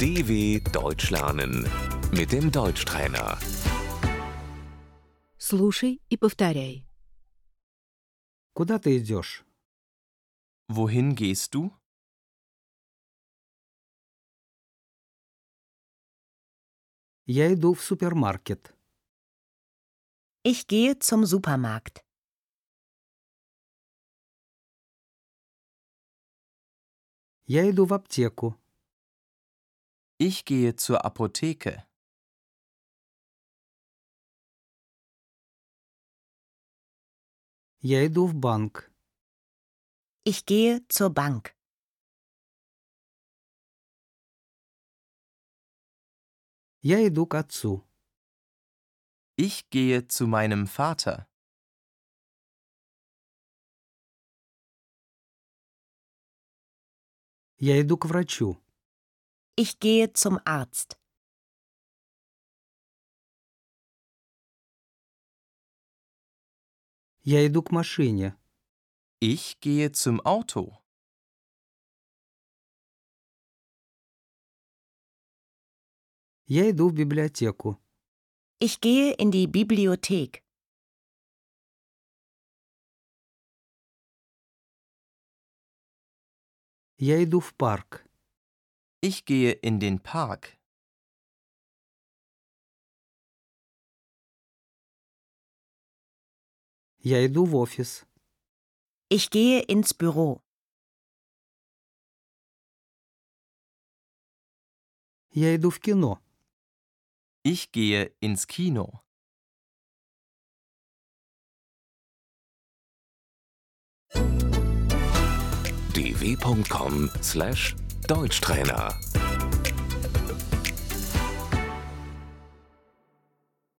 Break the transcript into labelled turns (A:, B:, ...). A: DW Deutsch lernen mit dem Deutschtrainer.
B: Слушай и повторяй.
C: Куда ты идешь?
D: Wohin gehst du?
C: Я иду в супермаркет.
E: Ich gehe zum Supermarkt.
C: Я иду в аптеку.
D: Ich gehe zur Apotheke.
C: Я иду в банк.
E: Ich gehe zur Bank.
C: Я иду к отцу.
D: Ich gehe zu meinem Vater.
C: Я иду к врачу.
E: Ich gehe zum Arzt.
C: Я иду к машине.
D: Ich gehe zum Auto.
C: Я иду в библиотеку.
E: Ich gehe in die Bibliothek.
C: Я иду в парк.
D: Ich gehe in den Park.
C: Я иду в офис.
E: Ich gehe ins Büro.
C: Я иду в кино.
D: Ich gehe ins Kino.
A: dw.com/deutschtrainer